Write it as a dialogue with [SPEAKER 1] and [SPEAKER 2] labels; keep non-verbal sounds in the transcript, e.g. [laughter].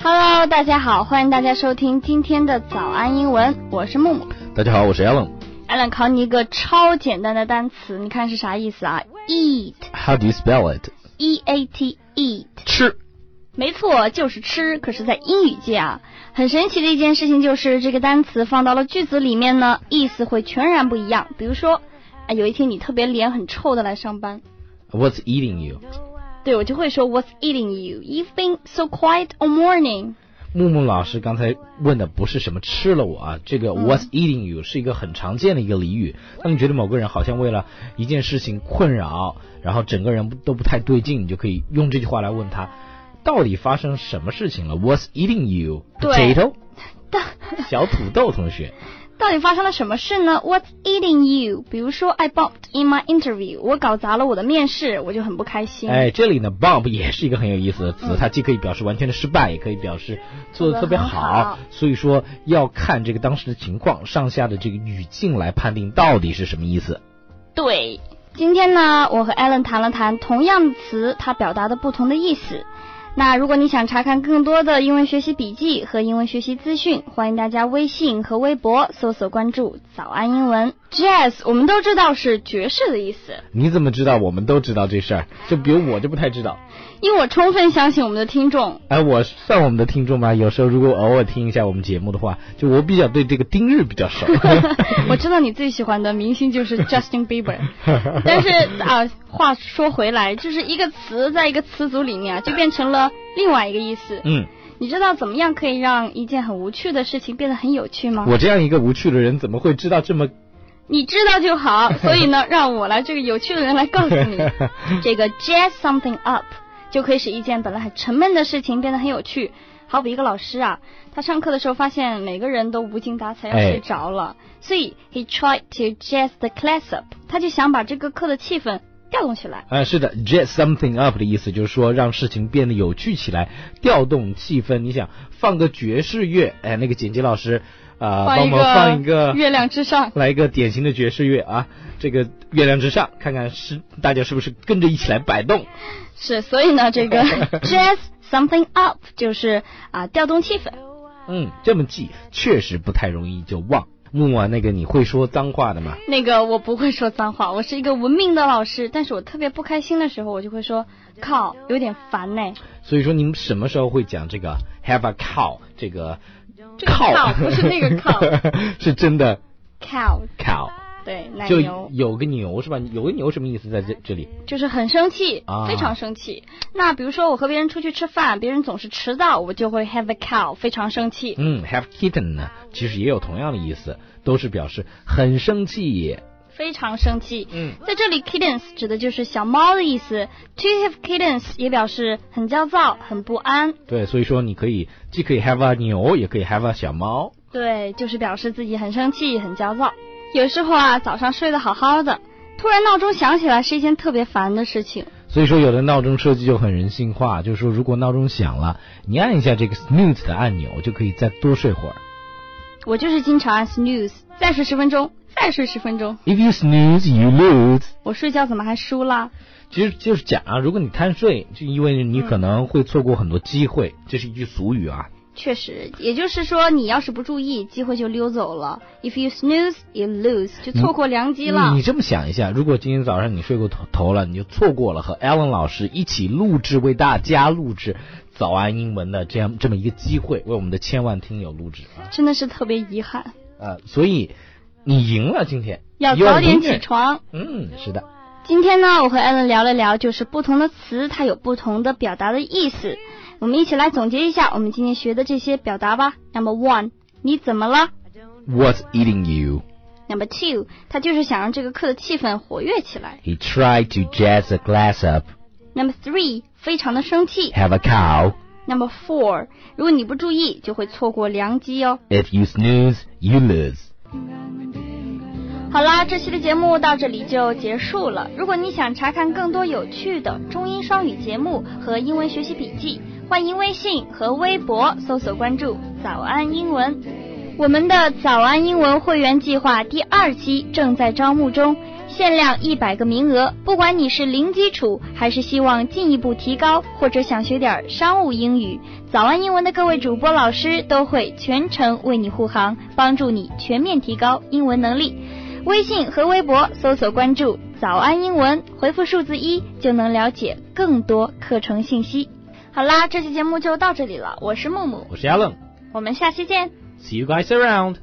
[SPEAKER 1] Hello，大家好，欢迎大家收听今天的早安英文，我是木木。
[SPEAKER 2] 大家好，我是 Alan。
[SPEAKER 1] Alan 考你一个超简单的单词，你看是啥意思啊？Eat，E
[SPEAKER 2] How do you spell it？
[SPEAKER 1] A T eat，
[SPEAKER 2] 吃。
[SPEAKER 1] 没错，就是吃。可是，在英语界啊，很神奇的一件事情就是，这个单词放到了句子里面呢，意思会全然不一样。比如说，啊，有一天你特别脸很臭的来上班，
[SPEAKER 2] What's eating you？
[SPEAKER 1] 对我就会说 What's eating you? You've been so quiet all morning。
[SPEAKER 2] 木木老师刚才问的不是什么吃了我啊，这个 What's eating you 是一个很常见的一个俚语。当你觉得某个人好像为了一件事情困扰，然后整个人都不太对劲，你就可以用这句话来问他，到底发生什么事情了？What's eating you？
[SPEAKER 1] 对
[SPEAKER 2] potato
[SPEAKER 1] 到
[SPEAKER 2] 小土豆同学。
[SPEAKER 1] 到底发生了什么事呢？What's eating you？比如说，I bumped in my interview，我搞砸了我的面试，我就很不开心。
[SPEAKER 2] 哎，这里呢，bump 也是一个很有意思的词，它既可以表示完全的失败，也可以表示做的特别
[SPEAKER 1] 嗯做得很好
[SPEAKER 2] 所以说要看这个当时的情况，上下的这个语境来判定到底是什么意思。
[SPEAKER 1] 对，今天呢，我和 Alan 谈了谈同样的词，它表达的不同的意思。那如果你想查看更多的英文学习笔记和英文学习资讯，欢迎大家微信和微博搜索关注“早安英文”。Jazz 我们都知道是爵士的意思，
[SPEAKER 2] 你怎么知道？我们都知道这事儿，就比如我就不太知道。
[SPEAKER 1] 因为我充分相信我们的听众。 [laughs]
[SPEAKER 2] 哎，我算我们的听众吧，有时候如果偶尔听一下我们节目的话，就我比较对这个丁日比较熟。 [laughs]
[SPEAKER 1] 我知道你最喜欢的明星就是 Justin Bieber，但是
[SPEAKER 2] [laughs]
[SPEAKER 1] 啊、话说回来，就是一个词在一个词组里面啊，就变成了另外一个意思。
[SPEAKER 2] 嗯，
[SPEAKER 1] 你知道怎么样可以让一件很无趣的事情变得很有趣吗？
[SPEAKER 2] 我这样一个无趣的人，怎么会知道这么？
[SPEAKER 1] 你知道就好。所以呢，让我来这个有趣的人来告诉
[SPEAKER 2] [laughs]
[SPEAKER 1] 你，这个 jazz something up 就可以使一件本来很沉闷的事情变得很有趣。好比一个老师啊，他上课的时候发现每个人都无精打采，要
[SPEAKER 2] 哎
[SPEAKER 1] 睡着了，所以 he tried to jazz the class up，他就想把这个课的气氛调动起来。
[SPEAKER 2] 啊，是的，jazz something up 的意思就是说让事情变得有趣起来，调动气氛。你想放个爵士乐，哎，那个简洁老师啊、
[SPEAKER 1] 放
[SPEAKER 2] 帮
[SPEAKER 1] 一
[SPEAKER 2] 忙
[SPEAKER 1] 个
[SPEAKER 2] 放一个，
[SPEAKER 1] 月亮之上，
[SPEAKER 2] 来一个典型的爵士乐啊，这个月亮之上，看看是大家是不是跟着一起来摆动。
[SPEAKER 1] 是，所以呢，这
[SPEAKER 2] [laughs]
[SPEAKER 1] 个 jazz something up 就是啊调动气氛。
[SPEAKER 2] 嗯，这么记确实不太容易就忘。木木啊，那个你会说脏话的吗？
[SPEAKER 1] 那个我不会说脏话，我是一个文明的老师，但是我特别不开心的时候，我就会说靠，有点烦呢。
[SPEAKER 2] 所以说你们什么时候会讲这个 have a cow 这个
[SPEAKER 1] 这个 cow 不是那
[SPEAKER 2] [laughs]
[SPEAKER 1] 个 cow
[SPEAKER 2] 是真的
[SPEAKER 1] cow，
[SPEAKER 2] cow。
[SPEAKER 1] 对，奶
[SPEAKER 2] 就
[SPEAKER 1] 牛
[SPEAKER 2] 有个牛是吧？有个牛什么意思在这这里？
[SPEAKER 1] 就是很生气，
[SPEAKER 2] 啊
[SPEAKER 1] 非常生气。那比如说我和别人出去吃饭，别人总是迟到，我就会 have a cow，非常生气。
[SPEAKER 2] 嗯，have kitten 呢，其实也有同样的意思，都是表示很生气。
[SPEAKER 1] 非常生气。
[SPEAKER 2] 嗯，
[SPEAKER 1] 在这里，kittens 指的就是小猫的意思。To have kittens 也表示很焦躁、很不安。
[SPEAKER 2] 对，所以说你可以既可以 have a 牛，也可以 have a 小猫。
[SPEAKER 1] 对，就是表示自己很生气、很焦躁。有时候啊，早上睡得好好的，突然闹钟响起来，是一件特别烦的事情。
[SPEAKER 2] 所以说，有的闹钟设计就很人性化，就是说，如果闹钟响了，你按一下这个 snooze 的按钮，就可以再多睡会儿。
[SPEAKER 1] 我就是经常按 snooze，再睡十分钟，再睡十分钟。
[SPEAKER 2] If you snooze, you lose。
[SPEAKER 1] 我睡觉怎么还输啦？
[SPEAKER 2] 其实就是讲啊，如果你贪睡，就意味着你可能会错过很多机会，这是一句俗语啊。
[SPEAKER 1] 确实，也就是说，你要是不注意，机会就溜走了。If you snooze, you lose，就错过良机了。
[SPEAKER 2] 你这么想一下，如果今天早上你睡过头头了，你就错过了和 Alan 老师一起录制为大家录制早安英文的这样这么一个机会，为我们的千万听友录制啊
[SPEAKER 1] 真的是特别遗憾，
[SPEAKER 2] 啊！所以你赢了今天，
[SPEAKER 1] 要
[SPEAKER 2] You are
[SPEAKER 1] 早点起
[SPEAKER 2] winner
[SPEAKER 1] 床。
[SPEAKER 2] 嗯，是的。
[SPEAKER 1] 今天呢，我和 Allen 聊了聊，就是不同的词它有不同的表达的意思。我们一起来总结一下我们今天学的这些表达吧。Number one，你怎么了
[SPEAKER 2] What's eating you?
[SPEAKER 1] ？Number two，他就是想让这个课的气氛活跃起来。
[SPEAKER 2] He tried to jazz a glass up.
[SPEAKER 1] Number three，非常的生气。
[SPEAKER 2] Have a cow.
[SPEAKER 1] Number four，如果你不注意，就会错过良机哦。
[SPEAKER 2] If you snooze, you lose.
[SPEAKER 1] 好啦，这期的节目到这里就结束了。如果你想查看更多有趣的中英双语节目和英文学习笔记，欢迎微信和微博搜索关注“早安英文”。我们的“早安英文”会员计划第二期正在招募中，限量一百个名额。不管你是零基础，还是希望进一步提高，或者想学点商务英语，早安英文的各位主播老师都会全程为你护航，帮助你全面提高英文能力。微信和微博搜索关注“早安英文”，回复数字一就能了解更多课程信息。好啦，这期节目就到这里了，我是木木，
[SPEAKER 2] 我是 Alan，
[SPEAKER 1] 我们下期见。
[SPEAKER 2] See you guys around.